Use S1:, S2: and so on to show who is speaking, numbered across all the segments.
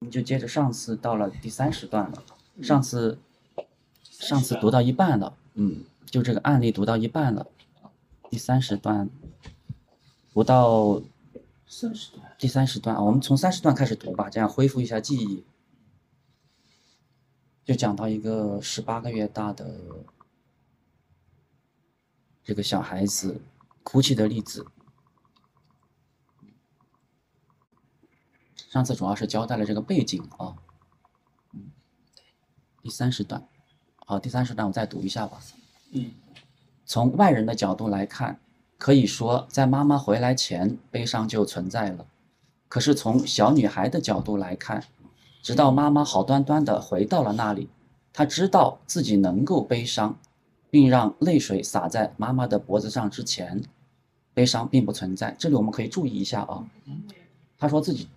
S1: 你就接着上次到了第三十段了，上次上次读到一半了，嗯，就这个案例读到一半了，第三十段读到
S2: 三十段，
S1: 第三十段啊，我们从三十段开始读吧，这样恢复一下记忆。就讲到一个十八个月大的这个小孩子哭泣的例子。上次主要是交代了这个背景啊，嗯，第三十段，好，第三十段我再读一下吧。
S2: 嗯，
S1: 从外人的角度来看，可以说在妈妈回来前，悲伤就存在了。可是从小女孩的角度来看，直到妈妈好端端的回到了那里，她知道自己能够悲伤，并让泪水洒在妈妈的脖子上之前，悲伤并不存在。这里我们可以注意一下啊，她说自己，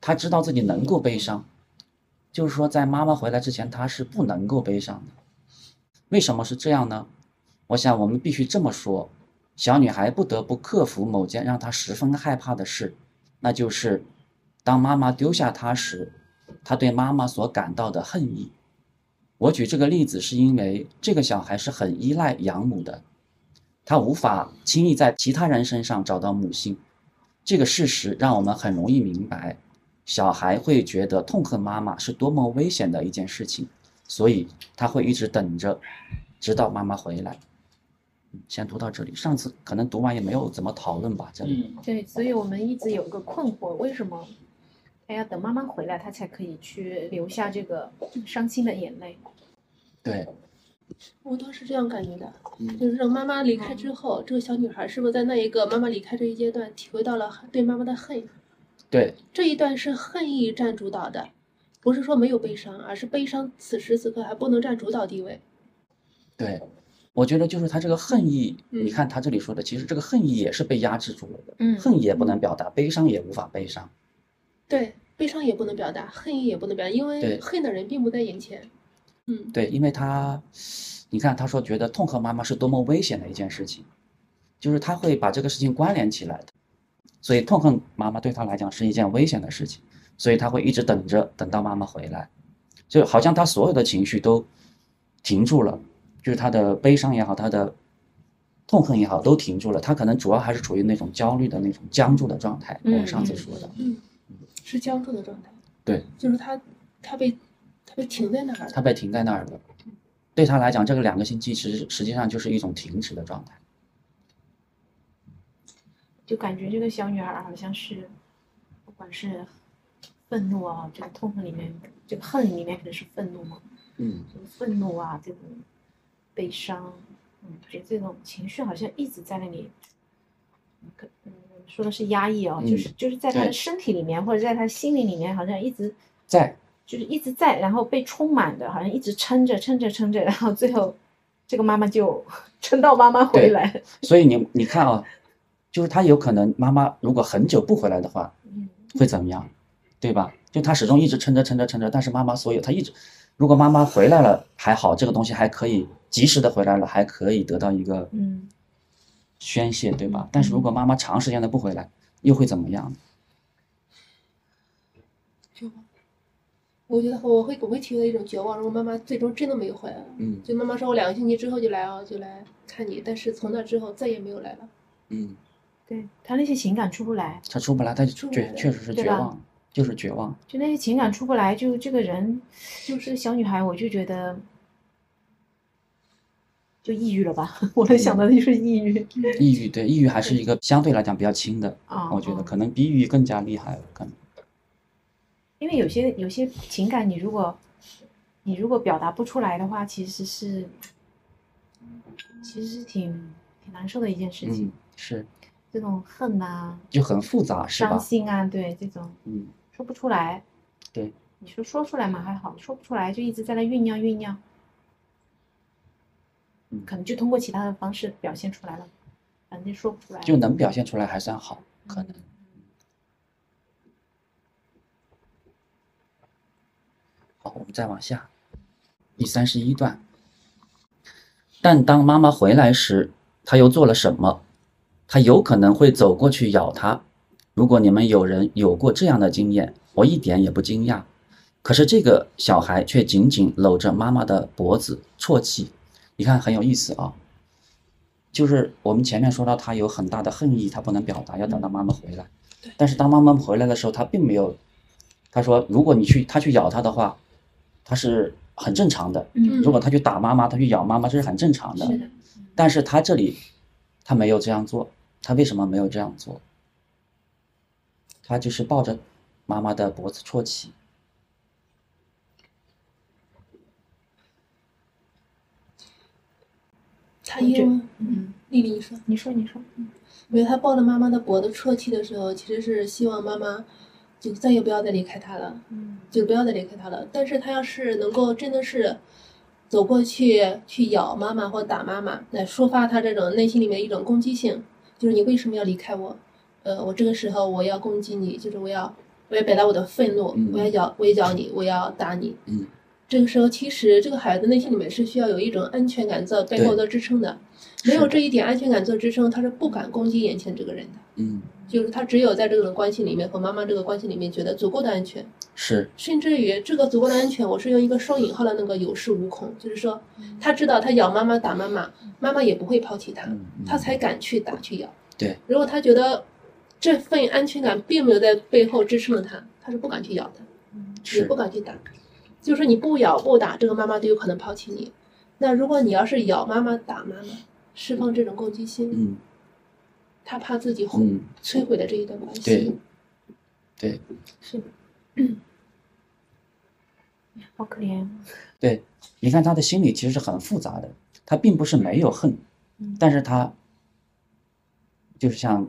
S1: 她知道自己能够悲伤，就是说在妈妈回来之前，她是不能够悲伤的。为什么是这样呢？我想我们必须这么说：小女孩不得不克服某件让她十分害怕的事，那就是当妈妈丢下她时，她对妈妈所感到的恨意。我举这个例子是因为这个小孩是很依赖养母的，他无法轻易在其他人身上找到母性。这个事实让我们很容易明白，小孩会觉得痛恨妈妈是多么危险的一件事情，所以他会一直等着，直到妈妈回来。嗯先读到这里，上次可能读完也没有怎么讨论吧，这里。
S2: 嗯，
S3: 对，所以我们一直有个困惑，为什么他要等妈妈回来，他才可以去流下这个伤心的眼泪？
S1: 对，
S4: 我当时这样感觉的，
S1: 嗯
S4: 就是让妈妈离开之后，这个小女孩是不是在那一个妈妈离开这一阶段，体会到了对妈妈的恨意？
S1: 对，
S4: 这一段是恨意占主导的，不是说没有悲伤，而是悲伤此时此刻还不能占主导地位。
S1: 对，我觉得就是他这个恨意，
S4: 嗯
S1: 你看他这里说的，其实这个恨意也是被压制住了的，
S3: 嗯
S1: 恨意也不能表达，悲伤也无法悲伤。
S4: 对，悲伤也不能表达，恨意也不能表达，因
S1: 对
S4: 为恨的人并不在眼前。嗯，
S1: 对，因为他，你看他说觉得痛恨妈妈是多么危险的一件事情，就是他会把这个事情关联起来的，所以痛恨妈妈对他来讲是一件危险的事情，所以他会一直等着，等到妈妈回来，就好像他所有的情绪都停住了，就是他的悲伤也好，他的痛恨也好，都停住了，他可能主要还是处于那种焦虑的那种僵住的状态，我们上次
S3: 嗯嗯
S1: 说的，
S4: 是僵住的状态。
S1: 对，
S4: 就是他，他被，他被停在那儿了。
S1: 他被停在那儿了，对他来讲，这个两个星期其实实际上就是一种停止的状态。
S3: 就感觉这个小女孩好像是，不管是愤怒啊，这个痛恨里面，这个恨里面可能是愤怒嘛，
S1: 嗯，
S3: 这个愤怒啊，这种悲伤，嗯，觉得这种情绪好像一直在那里，嗯可嗯，说的是压抑哦，就是就是在她的
S1: 对
S3: 身体里面或者在她心灵里面，好像一直
S1: 在
S3: 就是一直在，然后被充满的，好像一直撑着撑着撑着，然后最后这个妈妈就 撑到妈妈回
S1: 对
S3: 来，
S1: 所以你你看啊，就是他有可能妈妈如果很久不回来的话，
S3: 嗯，
S1: 会怎么样，对吧？就他始终一直撑着撑着撑着，但是妈妈所有他一直，如果妈妈回来了还好，这个东西还可以及时的回来了，还可以得到一个
S3: 嗯
S1: 宣泄，对吧？但是如果妈妈长时间的不回来，又会怎么样？
S4: 绝望。我觉得我会我会体会到一种绝望，如果妈妈最终真的没有回来了，
S1: 嗯
S4: 就妈妈说我两个星期之后就来哦，就来看你，但是从那之后再也没有来了。
S1: 嗯，
S3: 对他那些情感出不来，
S1: 他出不来，他就
S4: 出不
S1: 确
S4: 来
S1: 确实是
S3: 对
S1: 绝
S3: 吧
S1: 望，就是绝望。
S3: 就那些情感出不来，就这个人，就是个小女孩，我就觉得就抑郁了吧。 我能想到的就是抑郁
S4: 嗯
S1: 抑郁对，抑郁还是一个相对来讲比较轻的，
S3: 啊，
S1: 我觉得
S3: 啊
S1: 可能比抑郁更加厉害了，可能。
S3: 因为有些有些情感，你如果你如果表达不出来的话，其实是其实是挺挺难受的一件事情。
S1: 嗯，是
S3: 这种恨啊、
S1: 就很复杂，是
S3: 伤
S1: 吧？
S3: 心啊，对这种
S1: 嗯。
S3: 说不出来。
S1: 对，
S3: 你说说出来嘛还好，说不出来就一直在那酝酿酝酿，
S1: 嗯
S3: 可能就通过其他的方式表现出来了，反正说不出来。
S1: 就能表现出来还算好，可能。好，我们再往下，第三十一段。但当妈妈回来时，她又做了什么？她有可能会走过去咬她。如果你们有人有过这样的经验，我一点也不惊讶。可是这个小孩却紧紧搂着妈妈的脖子啜泣，你看很有意思啊。就是我们前面说到，他有很大的恨意，他不能表达，要等到妈妈回来
S4: 嗯对。
S1: 但是当妈妈回来的时候，他并没有，他说如果你去他去咬他的话，他是很正常的。
S3: 嗯
S1: 如果他去打妈妈，他去咬妈妈，这是很正常的。
S3: 是的，
S1: 但是他这里他没有这样做，他为什么没有这样做？他就是抱着妈妈的脖子啜泣。
S4: 他
S3: 我觉
S4: 因为
S3: 嗯，
S4: 丽丽你说，
S3: 你说你说，嗯
S4: 因为他抱着妈妈的脖子啜泣的时候，其实是希望妈妈就再也不要再离开他了。
S3: 嗯
S4: 就不要再离开他了。但是他要是能够真的是走过去去咬妈妈或打妈妈，来抒发他这种内心里面一种攻击性，就是你为什么要离开我？呃，我这个时候我要攻击你，就是我要我要表达我的愤怒，
S1: 嗯
S4: 我要咬我要咬你，我要打你。
S1: 嗯，
S4: 这个时候其实这个孩子内心里面是需要有一种安全感做背后
S1: 对
S4: 做支撑的，
S1: 是
S4: 没有
S1: 的
S4: 这一点安全感做支撑，他是不敢攻击眼前这个人的。
S1: 嗯，
S4: 就是他只有在这种关系里面和妈妈这个关系里面觉得足够的安全，
S1: 是
S4: 甚至于这个足够的安全，我是用一个双引号的那个有恃无恐，就是说他知道他咬妈妈打妈妈，妈妈也不会抛弃他
S1: 嗯嗯，
S4: 他才敢去打去咬。
S1: 对，
S4: 如果他觉得这份安全感并没有在背后支撑着他，他是不敢去咬的，
S3: 嗯
S4: 也
S1: 嗯是
S4: 不敢去打。就是说你不咬不打，这个妈妈都有可能抛弃你。那如果你要是咬妈妈打妈妈，释放这种攻击心，
S1: 嗯
S4: 他怕自己
S1: 嗯
S4: 摧毁了这一段关
S1: 对
S4: 系。
S1: 对
S3: 是的，好可怜，
S1: 对，你看他的心理其实是很复杂的，他并不是没有恨，
S3: 嗯
S1: 但是他就是像，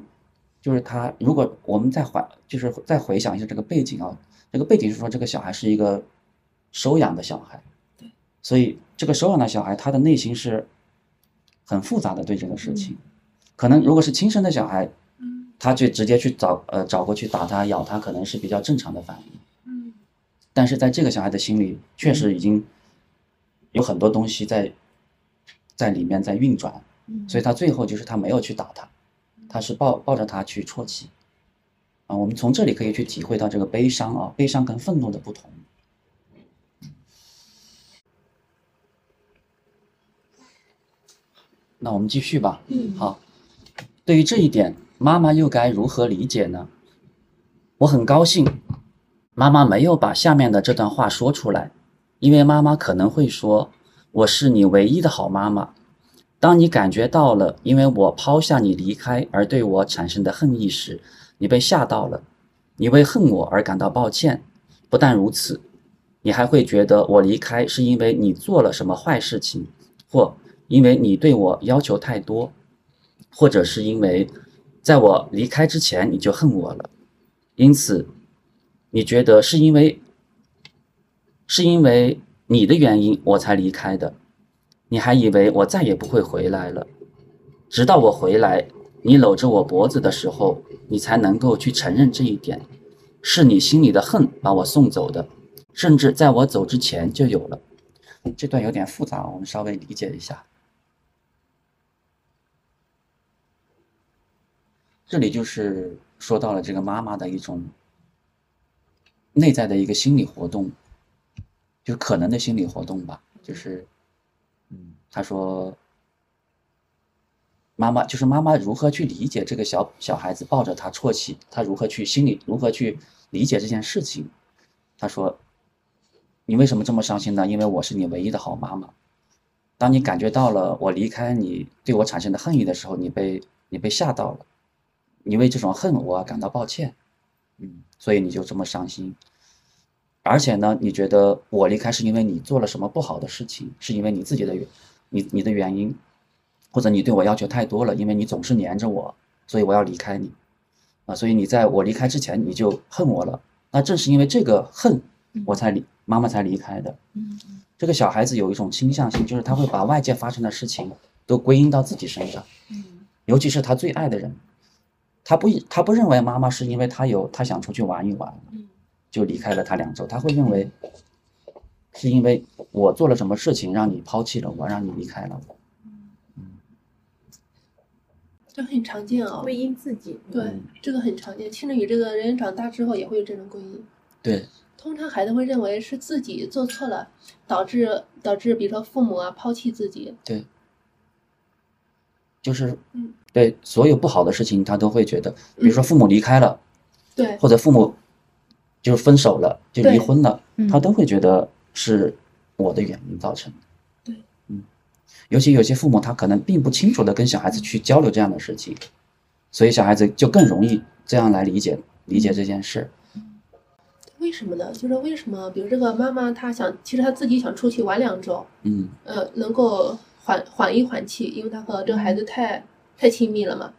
S1: 就是他，如果我们再还，就是再回想一下这个背景啊，这个背景是说这个小孩是一个收养的小孩，
S4: 对，
S1: 所以这个收养的小孩他的内心是很复杂的对这个事情，可能如果是亲生的小孩，
S4: 嗯
S1: 他去直接去找呃找过去打他咬他，可能是比较正常的反应，
S4: 嗯
S1: 但是在这个小孩的心里，确实已经有很多东西在在里面在运转，
S3: 嗯
S1: 所以他最后就是他没有去打他，他是抱抱着他去啜泣。啊，我们从这里可以去体会到这个悲伤啊，悲伤跟愤怒的不同。那我们继续吧。
S4: 嗯，
S1: 好，对于这一点，妈妈又该如何理解呢？我很高兴，妈妈没有把下面的这段话说出来，因为妈妈可能会说：“我是你唯一的好妈妈。”当你感觉到了因为我抛下你离开而对我产生的恨意时，你被吓到了，你为恨我而感到抱歉。不但如此，你还会觉得我离开是因为你做了什么坏事情，或因为你对我要求太多，或者是因为在我离开之前你就恨我了，因此你觉得是因为是因为你的原因我才离开的，你还以为我再也不会回来了，直到我回来，你搂着我脖子的时候，你才能够去承认这一点，是你心里的恨把我送走的，甚至在我走之前就有了。这段有点复杂，我们稍微理解一下。这里就是说到了这个妈妈的一种内在的一个心理活动，就可能的心理活动吧，就是，嗯，她说，妈妈就是妈妈如何去理解这个小小孩子抱着她啜泣，她如何去心里如何去理解这件事情。她说，你为什么这么伤心呢？因为我是你唯一的好妈妈。当你感觉到了我离开你对我产生的恨意的时候，你被你被吓到了，你为这种恨我感到抱歉，嗯，所以你就这么伤心。而且呢，你觉得我离开是因为你做了什么不好的事情，是因为你自己的原你你的原因，或者你对我要求太多了，因为你总是黏着我，所以我要离开你，啊，所以你在我离开之前你就恨我了。那正是因为这个恨，
S4: 嗯
S1: 我才离妈妈才离开的。
S3: 嗯
S1: 这个小孩子有一种倾向性，就是他会把外界发生的事情都归因到自己身上，
S3: 嗯
S1: 尤其是他最爱的人，他不他不认为妈妈是因为他有他想出去玩一玩
S3: 嗯，
S1: 就离开了他两周，他会认为是因为我做了什么事情让你抛弃了我，让你离开了我。
S4: 这很常见哦。
S3: 归因自己，
S4: 对
S1: 嗯，
S4: 这个很常见。青春语这个人长大之后也会有这种归因，
S1: 对，
S4: 通常孩子会认为是自己做错了，导致导致比如说父母啊抛弃自己，
S1: 对，就是
S4: 嗯，
S1: 对所有不好的事情，他都会觉得，比如说
S4: 嗯
S1: 父母离开了，
S4: 对
S1: 或者父母就是分手了，就离
S4: 对
S1: 婚了，
S3: 嗯
S1: 他都会觉得是我的原因造成的。
S4: 对，
S1: 嗯，尤其有些父母他可能并不清楚的跟小孩子去交流这样的事情，所以小孩子就更容易这样来理解理解这件事。
S4: 为什么呢？就是为什么，比如这个妈妈她想，其实她自己想出去玩两周，
S1: 嗯，
S4: 呃，能够缓缓一缓气，因为她和这个孩子太太亲密了嘛。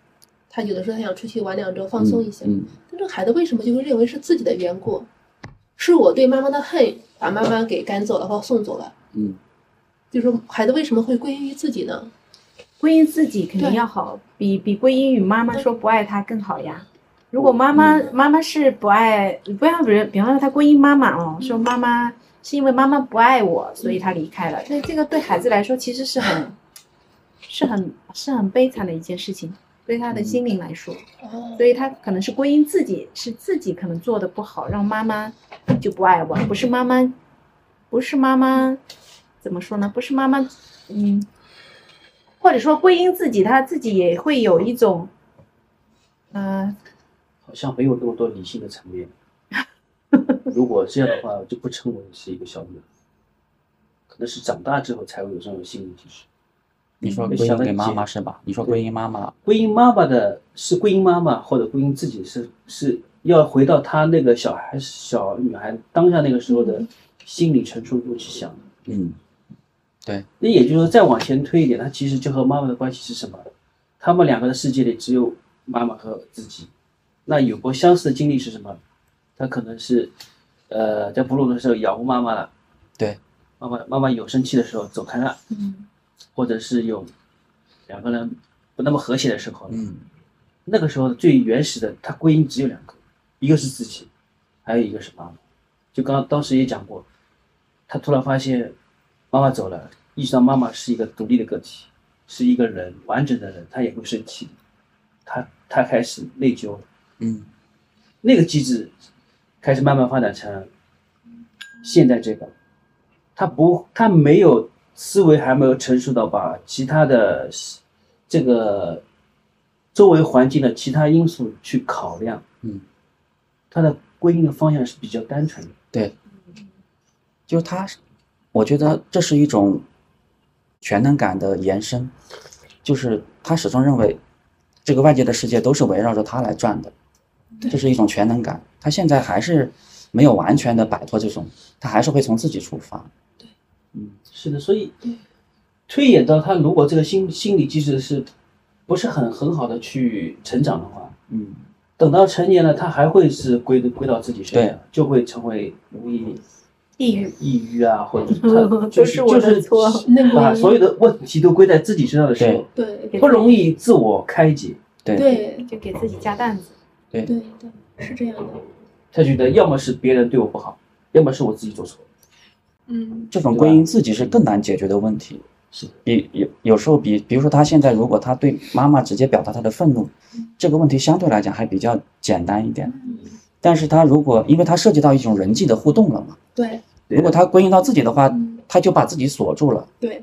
S4: 她有的时候她想出去玩两周，放松一下。
S1: 嗯，嗯
S4: 但这个孩子为什么就会认为是自己的缘故？是我对妈妈的恨把妈妈给赶走了或送走了？
S1: 嗯
S4: 就是说孩子为什么会归因于自己呢？
S3: 归因自己肯定
S4: 对
S3: 要好，比比归因于妈妈说不爱他更好呀。如果妈妈、妈妈是不爱，不要比如比方说他归因妈妈哦，说妈妈是因为妈妈不爱我，嗯所以他离开了。那这个对孩子来说其实是很，是很是很悲惨的一件事情，对他的心灵来说，
S4: 哦
S3: 所以他可能是归因自己，是自己可能做的不好，让妈妈就不爱我，不是妈妈，不是妈妈，怎么说呢？不是妈妈，嗯，或者说归因自己，他自己也会有一种，呃，
S2: 好像没有那么多理性的层面。如果这样的话，就不称为是一个小女孩，可能是长大之后才会有这种心理机制。
S1: 你说归
S2: 嗯小
S1: 因
S2: 的
S1: 给
S2: 理
S1: 妈
S2: 解
S1: 妈是吧？你说归因妈妈，
S2: 归因妈妈的是归因妈妈或者归因自己是是要回到她那个小孩小女孩当下那个时候的心理成熟度去想的。
S1: 嗯，
S2: 那也就是说，再往前推一点，她其实就和妈妈的关系是什么？他们两个的世界里只有妈妈和自己。那有过相似的经历是什么？她可能是，呃，在哺乳的时候养护妈妈了，
S1: 对，
S2: 妈妈妈妈有生气的时候走开了，
S3: 嗯
S2: 或者是有两个人不那么和谐的时候，
S1: 嗯
S2: 那个时候最原始的，它归因只有两个，一个是自己，还有一个是妈妈。就刚当时也讲过，他突然发现妈妈走了，意识到妈妈是一个独立的个体，是一个人完整的人，他也会生气，他他开始内疚了。
S1: 嗯
S2: 那个机制开始慢慢发展成现在这个，他不，他没有思维还没有成熟到把其他的这个周围环境的其他因素去考量，
S1: 嗯，
S2: 他的归因的方向是比较单纯的，
S1: 对，就是他是，我觉得这是一种全能感的延伸，就是他始终认为这个外界的世界都是围绕着他来转的，这是一种全能感。他现在还是没有完全的摆脱这种，他还是会从自己出发。
S2: 嗯，是的，所以
S4: 对
S2: 推演到他如果这个心心理机制是不是很很好的去成长的话，
S1: 嗯，
S2: 等到成年了，他还会是归归到自己身
S1: 对
S2: 上，就会成为无意义。
S3: 抑郁，
S2: 抑郁啊，或 者他就
S3: 都是
S2: 是
S3: 我
S2: 就
S3: 的
S2: 是
S3: 错
S4: 那个
S2: 把所有的问题都归在自己身上的时候，
S4: 对
S3: 对
S2: 不容易自我开解。
S1: 对
S4: 对
S3: 就给自己加担子。
S1: 对
S4: 对对，是这样的。
S2: 他觉得要么是别人对我不好，要么是我自己做错。
S4: 嗯，
S1: 这种
S2: 对
S1: 归
S2: 吧
S1: 因自己是更难解决的问题。
S2: 是的，
S1: 比有有时候比，比如说他现在如果他对妈妈直接表达他的愤怒，
S4: 嗯
S1: 这个问题相对来讲还比较简单一点。但是他如果因为他涉及到一种人际的互动了嘛，
S4: 对
S1: 如果他归因到自己的话
S4: 嗯，
S1: 他就把自己锁住了，
S4: 对，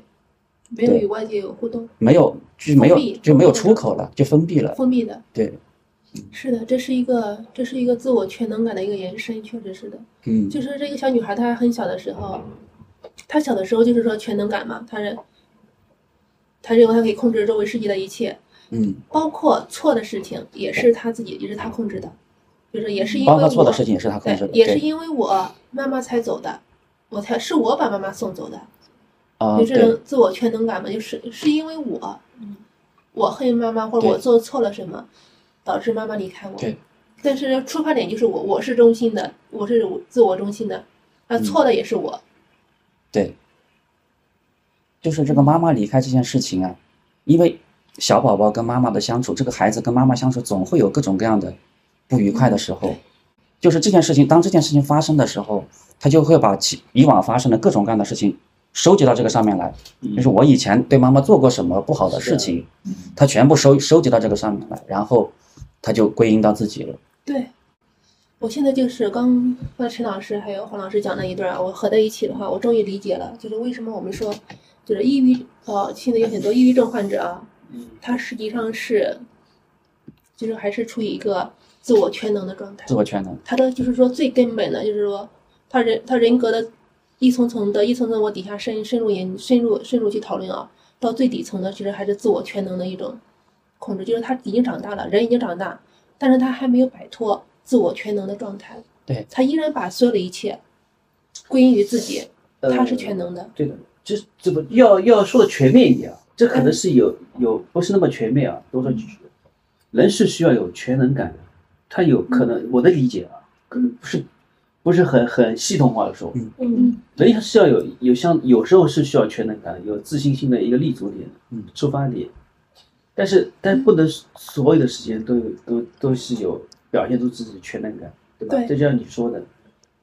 S4: 没有
S1: 对
S4: 与外界有互动，
S1: 没有就没有
S4: 封闭
S1: 就没有出口了，就封闭了。
S4: 封闭的。
S1: 对，
S4: 是的，这是一个这是一个自我全能感的一个延伸，确实是的。
S1: 嗯，
S4: 就是这个小女孩，她很小的时候，她小的时候就是说全能感嘛，她认，她认为她可以控制周围世界的一切，
S1: 嗯，
S4: 包括错的事情也是她自己也是她控制的，就是也是因为
S1: 包括
S4: 我
S1: 错的事情也是他控
S4: 对
S1: 制的，，
S4: 也是
S1: 对，
S4: 因为我妈妈才走的，我才是我把妈妈送走的，
S1: 啊，
S4: 就这
S1: 对
S4: 种，自我全能感嘛，就是是因为我，我恨妈妈或者
S1: 对
S4: 我做错了什么，导致妈妈离开我。
S1: 对，
S4: 但是呢，出发点就是我，我是中心的，我是自我中心的，
S1: 嗯
S4: 那错的也是我。
S1: 对，就是这个妈妈离开这件事情啊，因为小宝宝跟妈妈的相处，这个孩子跟妈妈相处总会有各种各样的不愉快的时候
S4: 对，
S1: 就是这件事情，当这件事情发生的时候，他就会把其以往发生的各种各样的事情收集到这个上面来，
S2: 嗯
S1: 就是我以前对妈妈做过什么不好的
S2: 是
S1: 事
S2: 啊
S1: 情，他全部收收集到这个上面来，然后他就归因到自己了。
S4: 对，我现在就是刚和陈老师还有黄老师讲那一段儿，我合在一起的话，我终于理解了，就是为什么我们说，就是抑郁，呃，现在有很多抑郁症患者啊，
S2: 嗯
S4: 他实际上是，就是还是处于一个自我全能的状态
S1: 自。我全能，
S4: 他的就是说最根本的，就是说他人他人格的一层层的、一层层往底下深深入研深入深入去讨论啊，到最底层的其实还是自我全能的一种控制，就是他已经长大了，人已经长大，但是他还没有摆脱自我全能的状态，
S1: 对
S4: 他依然把所有的一切归因于自己，
S2: 呃
S4: 他是全能的，
S2: 对的，就是怎么要要说的全面一点啊，这可能是有有不是那么全面啊，多说几句。人是需要有全能感的，他有可能我的理解啊，可能不是不是很很系统化的说，
S1: 嗯
S4: 嗯
S2: 人还是要有有像有时候是需要全能感的，有自信心的一个立足点，
S1: 嗯
S2: 出发点。但是但不能所有的时间都有都都是有表现出自己的全能感，对吧？
S4: 对
S2: 这就像你说的，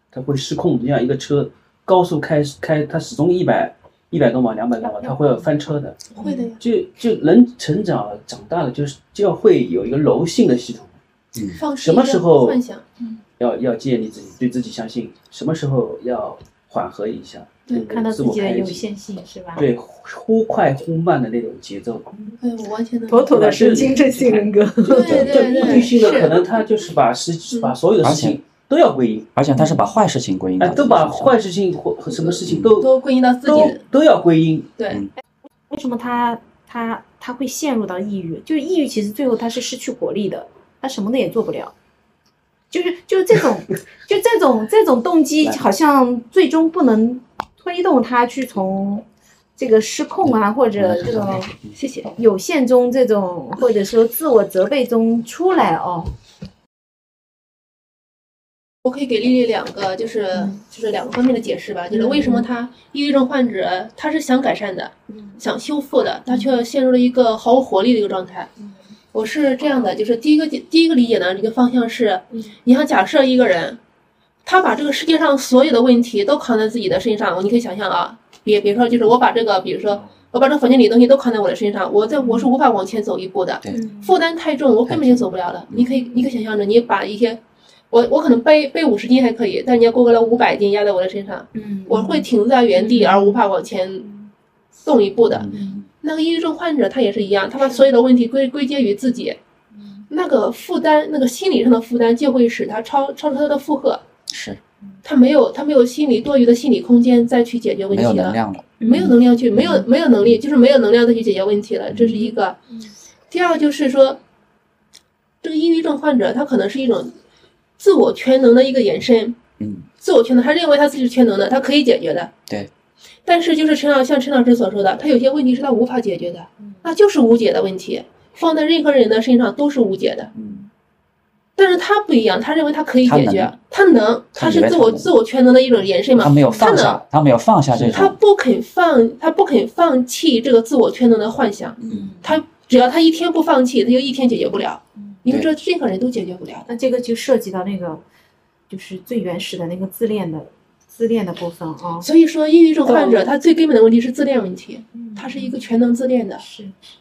S2: 它会失控，就像一个车高速开开，它始终一百一百多码、两百多码，它会要翻车的。
S4: 会
S3: 嗯
S4: 的呀，
S2: 就就人成长了长大了，就是就要会有一个柔性的系统，
S1: 嗯，
S4: 放
S2: 什么时候
S4: 幻想，
S2: 要要建立自己对自己相信，什么时候要缓和一下，
S4: 对
S2: 就是
S3: 看到
S2: 自
S3: 自
S2: 我
S3: 己的
S2: 开
S3: 有
S2: 启
S3: 限性是吧？，
S2: 对，忽快忽慢的那种节奏，
S4: 哎，我完全能，
S3: 妥妥的神经质性人格。
S4: 对对
S2: 这
S4: 对
S2: 抑郁性的
S4: 是嗯
S2: 可能他就是把事把所有的
S1: 而
S2: 事
S1: 且
S2: 情都要归因，
S1: 而且他是把坏事情归因到
S2: 哎，
S1: 自己
S2: 都把
S1: 身上
S2: 坏事情或和什么事情都
S4: 都归因到自己
S2: 都都要归因，
S4: 对
S1: 嗯
S3: 为什么他他他会陷入到抑郁？就是抑郁，其实最后他是失去活力的，他什么的也做不了。就是就是这种，就这种这种动机，好像最终不能推动他去从这个失控啊，或者这种
S4: 谢谢。
S3: 有限中这种，或者说自我责备中出来哦。
S4: 我可以给丽丽两个，就是
S3: 嗯
S4: 就是两个方面的解释吧，就是为什么她抑郁症患者他是想改善的，
S3: 嗯
S4: 想修复的，他却陷入了一个毫无活力的一个状态。
S3: 嗯
S4: 我是这样的，就是第一个第一个理解呢，一个方向是
S3: 嗯，
S4: 你要假设一个人，他把这个世界上所有的问题都扛在自己的身上，你可以想象啊，别别说就是我把这个，比如说我把这房间里的东西都扛在我的身上，我在我是无法往前走一步的，
S1: 对
S3: 嗯
S4: 负担太重，我根本就走不了了。你可以你可以想象着，你把一些我我可能背背五十斤还可以，但你要过个来五百斤压在我的身上，
S3: 嗯
S4: 我会停在原地
S3: 嗯
S4: 而无法往前动一步的。
S3: 嗯
S4: 那个抑郁症患者他也是一样，他把所有的问题归归结于自己，那个负担，那个心理上的负担就会使他超超出他的负荷，
S1: 是
S4: 他没有他没有心理多余的心理空间再去解决问
S1: 没
S4: 题
S1: 有
S4: 了，
S1: 能量了，
S4: 没有能量去，没有没有能力，就是没有能量再去解决问题了，这是一个。第二个就是说，这个抑郁症患者他可能是一种自我全能的一个延伸，
S2: 啊
S1: 嗯，
S4: 自我全能，他认为他自己是全能的，他可以解决的。
S1: 对。
S4: 但是就是陈老像陈老师所说的，他有些问题是他无法解决的
S3: 嗯，
S4: 那就是无解的问题，放在任何人的身上都是无解的。
S1: 嗯，
S4: 但是他不一样，他认为他可以解决，他能，
S1: 他
S4: 他
S1: 以为
S4: 是自
S1: 他
S4: 我
S1: 能
S4: 自我全能的一种延伸嘛，
S1: 他没有放
S4: 能
S1: 下，他没有放下这
S4: 他
S1: 种，
S4: 不肯放，他不肯放弃这个自我全能的幻想。
S1: 嗯，
S4: 他只要他一天不放弃，他就一天解决不了。因为这任何人都解决不了的。
S3: 那这个就涉及到那个，就是最原始的那个自恋的自恋的部分啊、哦。
S4: 所以说，抑郁症患者
S3: 嗯
S4: 他最根本的问题是自恋问题，他是一个全能自恋的。
S3: 是是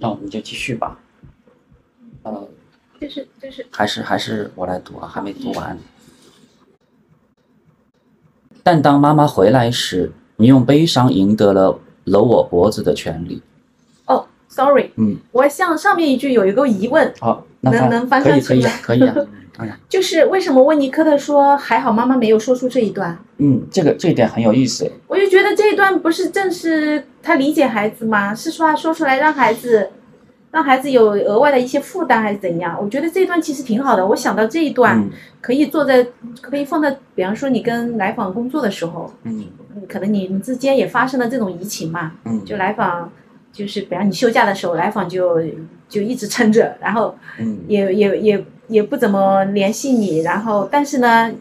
S1: 那我们就继续吧。呃，
S4: 就是就是，
S1: 还是还是我来读啊，还没读完。但当妈妈回来时，你用悲伤赢得了搂我脖子的权利。
S3: 哦，sorry，
S1: 嗯，
S3: 我向上面一句有一个疑问，
S1: 好，那
S3: 能
S1: 他
S3: 能翻
S1: 可以
S3: 上
S1: 可以
S3: 去
S1: 啊可以啊，当然，
S3: 就是为什么温尼科特说还好妈妈没有说出这一段？
S1: 嗯，这个这一点很有意 思。
S3: 我就觉得这一段不是正是他理解孩子吗？是说他说出来让孩子，让孩子有额外的一些负担还是怎样？我觉得这一段其实挺好的。我想到这一段，
S1: 嗯
S3: 可以坐在，可以放在，比方说你跟来访工作的时候，
S1: 嗯
S3: 嗯可能你们之间也发生了这种移情嘛，
S1: 嗯，
S3: 就来访，就是比方你休假的时候来访就就一直撑着，然后
S1: 嗯
S3: 也也也也不怎么联系你，然后但是呢，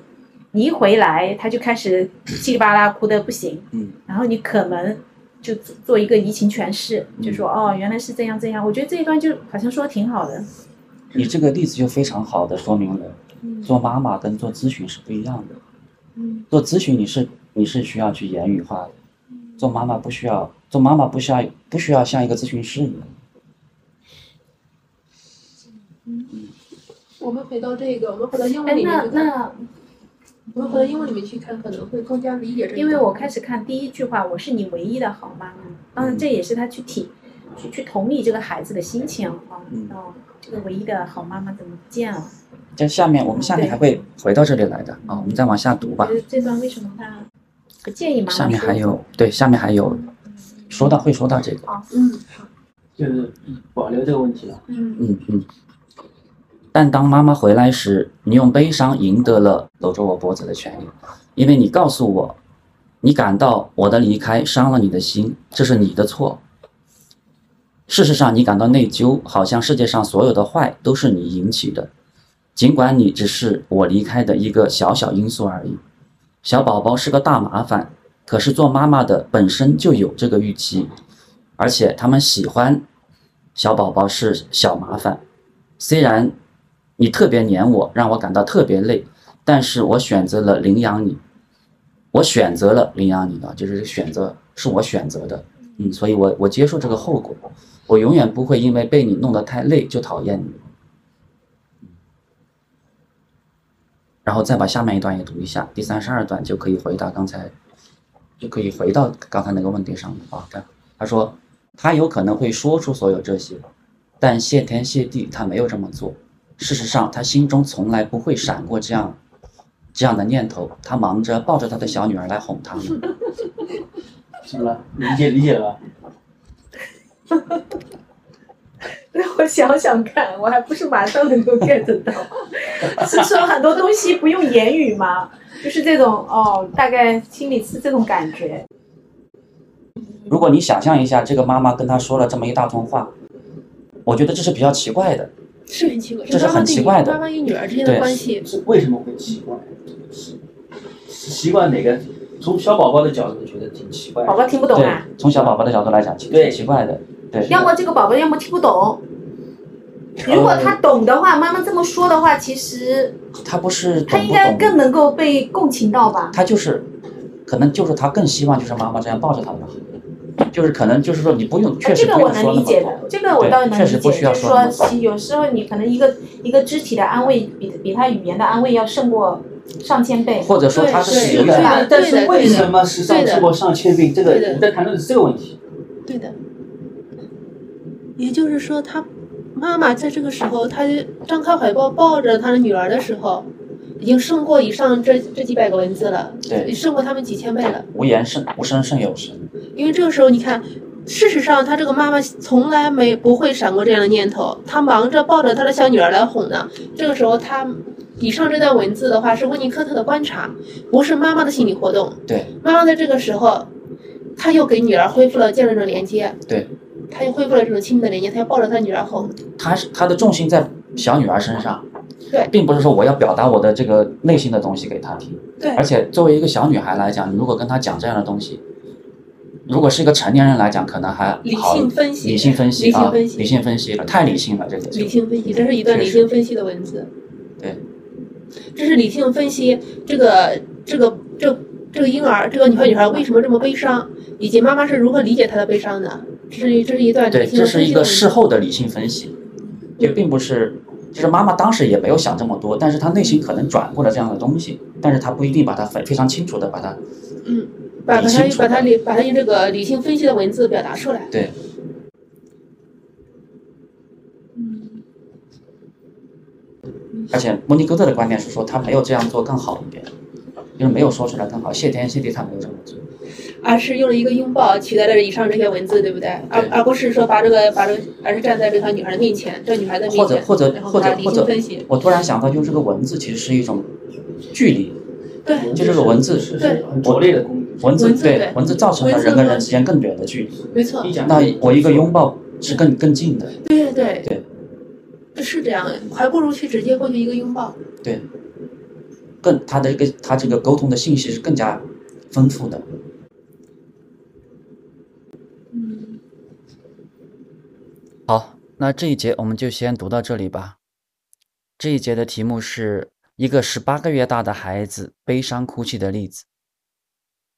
S3: 你一回来他就开始噼里啪啦哭的不行，
S1: 嗯，
S3: 然后你可能就做做一个移情诠释，就说哦原来是这样这样，我觉得这一段就好像说的挺好的，
S1: 你这个例子就非常好的说明了，
S3: 嗯
S1: 做妈妈跟做咨询是不一样的。
S3: 嗯
S1: 做咨询你是你是需要去言语化的，做妈妈不需要，做妈妈不需要不需要像一个咨询师一样。
S4: 我们回到这个，我们回到英
S3: 哎
S4: 文，里面去
S3: 那
S4: 看，
S3: 那
S4: 我们回到英文里面去看，可能会更加理解这个。
S3: 因为我开始看第一句话，我是你唯一的好妈妈。
S1: 嗯
S3: 当然，这也是他去体去去同理这个孩子的心情啊。
S1: 嗯
S3: 哦，这个唯一的好妈妈怎么不见了？
S1: 在下面我们下面
S3: 对
S1: 还会回到这里来的啊，我们再往下读吧
S3: 觉。得这段为什么他不建议妈妈
S1: 下面
S3: 说
S1: 还有对，下面还有说到会说到这个，
S4: 嗯
S2: 就是保留这个问题啊。
S4: 嗯
S1: 嗯嗯。但当妈妈回来时，你用悲伤赢得了搂着我脖子的权利，因为你告诉我，你感到我的离开伤了你的心，这是你的错。事实上，你感到内疚，好像世界上所有的坏都是你引起的，尽管你只是我离开的一个小小因素而已。小宝宝是个大麻烦，可是做妈妈的本身就有这个预期，而且他们喜欢小宝宝是小麻烦。虽然你特别黏我，让我感到特别累，但是我选择了领养你，我选择了领养你啊，就是选择是我选择的，嗯，所以我我接受这个后果，我永远不会因为被你弄得太累就讨厌你。然后再把下面一段也读一下，第三十二段就可以回答刚才，就可以回到刚才那个问题上了啊。看，他说他有可能会说出所有这些，但谢天谢地，他没有这么做。事实上，他心中从来不会闪过这样这样的念头。他忙着抱着他的小女儿来哄 她们。
S2: 怎么了？理解理解了吧？
S3: 让我想想看，我还不是马 上能够 get 到，是说很多东西不用言语吗？就是这种哦，大概心里是这种感觉。
S1: 如果你想象一下，这个妈妈跟他说了这么一大通话，我觉得这是比较奇怪的。
S4: 是很奇怪，
S1: 这是很奇怪的
S4: 妈妈与女儿之间的
S1: 对
S4: 关系，
S2: 是为什么会奇怪？习惯哪个？从小宝宝的角度觉得挺奇怪的。
S4: 哦
S3: 宝宝听不懂
S1: 对
S3: 啊，，
S1: 从小宝宝的角度来讲，其实
S2: 对
S1: 挺奇怪的。对，
S3: 要么这个宝宝要么听不懂。如
S1: 哦
S3: 果他懂的话，妈妈这么说的话，其实
S1: 他不是
S3: 他
S1: 懂
S3: 应
S1: 不
S3: 该
S1: 懂，
S3: 更能够被共情到吧？
S1: 他就是，可能就是他更希望就是妈妈这样抱着他们，就是可能就是说你不用，确
S3: 哎
S1: 实
S3: 这个
S1: 不
S3: 我
S1: 用说
S3: 能
S1: 那
S3: 理
S1: 么
S3: 解
S1: 多
S3: 的，。这个我
S1: 对
S3: 倒能
S1: 确
S3: 理
S1: 实
S3: 解，
S1: 不需要
S3: 就是
S1: 说那么多
S3: 其有时候你可能一个一个肢体的安慰比比他语言的安慰要胜过上千倍。
S1: 或者说他是
S4: 对
S1: 使
S2: 是
S1: 用
S4: 对
S1: 的，
S4: 的
S2: 的，但是为什么时尚直播上千病？这个
S4: 对的
S2: 你在谈论的是这个问题。
S4: 对的。也就是说，他妈妈在这个时候，他张开怀抱抱着他的女儿的时候，已经胜过以上这这几百个文字了，
S1: 对
S4: 胜过他们几千倍了。
S1: 无言胜无声胜有声。
S4: 因为这个时候，你看，事实上，他这个妈妈从来没不会闪过这样的念头，她忙着抱着她的小女儿来哄呢。这个时候，她以上这段文字的话是温尼科特的观察，不是妈妈的心理活动。
S1: 对，
S4: 妈妈在这个时候，她又给女儿恢复了这样一种连接。
S1: 对，
S4: 她又恢复了这种亲密的连接，她要抱着她女儿哄。
S1: 他是他的重心在小女儿身上，
S4: 对
S1: 并不是说我要表达我的这个内心的东西给她听。
S4: 对
S1: 而且作为一个小女孩来讲，如果跟她讲这样的东西，如果是一个成年人来讲，可能还
S4: 理
S1: 好
S4: 性分析
S1: 理性分析
S4: 理性
S1: 啊，
S4: 分析
S1: 理性分析了，太理性了，这个就
S4: 理性分析，这是一段
S1: 确
S4: 理
S1: 实
S4: 性分析的文字。
S1: 对，
S4: 这是理性分析这个这个这这个婴儿这个女孩女孩为什么这么悲伤，以及妈妈是如何理解她的悲伤的。这是一这是一段
S1: 对，
S4: 理性的
S1: 这是
S4: 分
S1: 一
S4: 析的
S1: 个
S4: 文
S1: 事
S4: 字。
S1: 后的理性分析，
S4: 嗯
S1: 也并不是，就是妈妈当时也没有想这么多，但是她内心可能转过了这样的东西，但是她不一定把它非非常清楚的把它
S4: 嗯，把把
S1: 理
S4: 它
S1: 清楚
S4: 把它
S1: 的
S4: 理把它用这个理性分析的文字表达出来。
S1: 对。
S4: 嗯，
S1: 而且莫尼哥特的观点是说，他没有这样做更好一点，就是没有说出来更好。谢天谢地，他没有这么做。
S4: 而啊是用了一个拥抱取代了以上这些文字，对不对？而
S1: 对
S4: 而不是说把这个把这个，而是站在这条女孩的面前，这个女孩的面
S1: 或者
S4: 前，
S1: 或者
S4: 然后
S1: 或
S4: 她
S1: 者
S4: 理
S1: 或
S4: 性
S1: 者
S4: 分析，，
S1: 我突然想到，就是这个文字其实是一种距离，
S4: 对。
S1: 就这个文字
S2: 是
S4: 对
S2: 是很拙劣的功底。
S1: 文字
S4: 文字
S1: 对
S4: 对
S1: 文字造成了
S4: 文字
S1: 人跟
S4: 和
S1: 人之间更远的距离。
S4: 没错
S2: 你，讲
S1: 那我一个拥抱是更更近的，
S4: 对对
S1: 对
S4: 对，是这样，还不如去直接过去一个拥抱。
S1: 对，更他的这个他这个沟通的信息是更加丰富的。
S4: 嗯，
S1: 好，那这一节我们就先读到这里吧。这一节的题目是一个十八个月大的孩子悲伤哭泣的例子。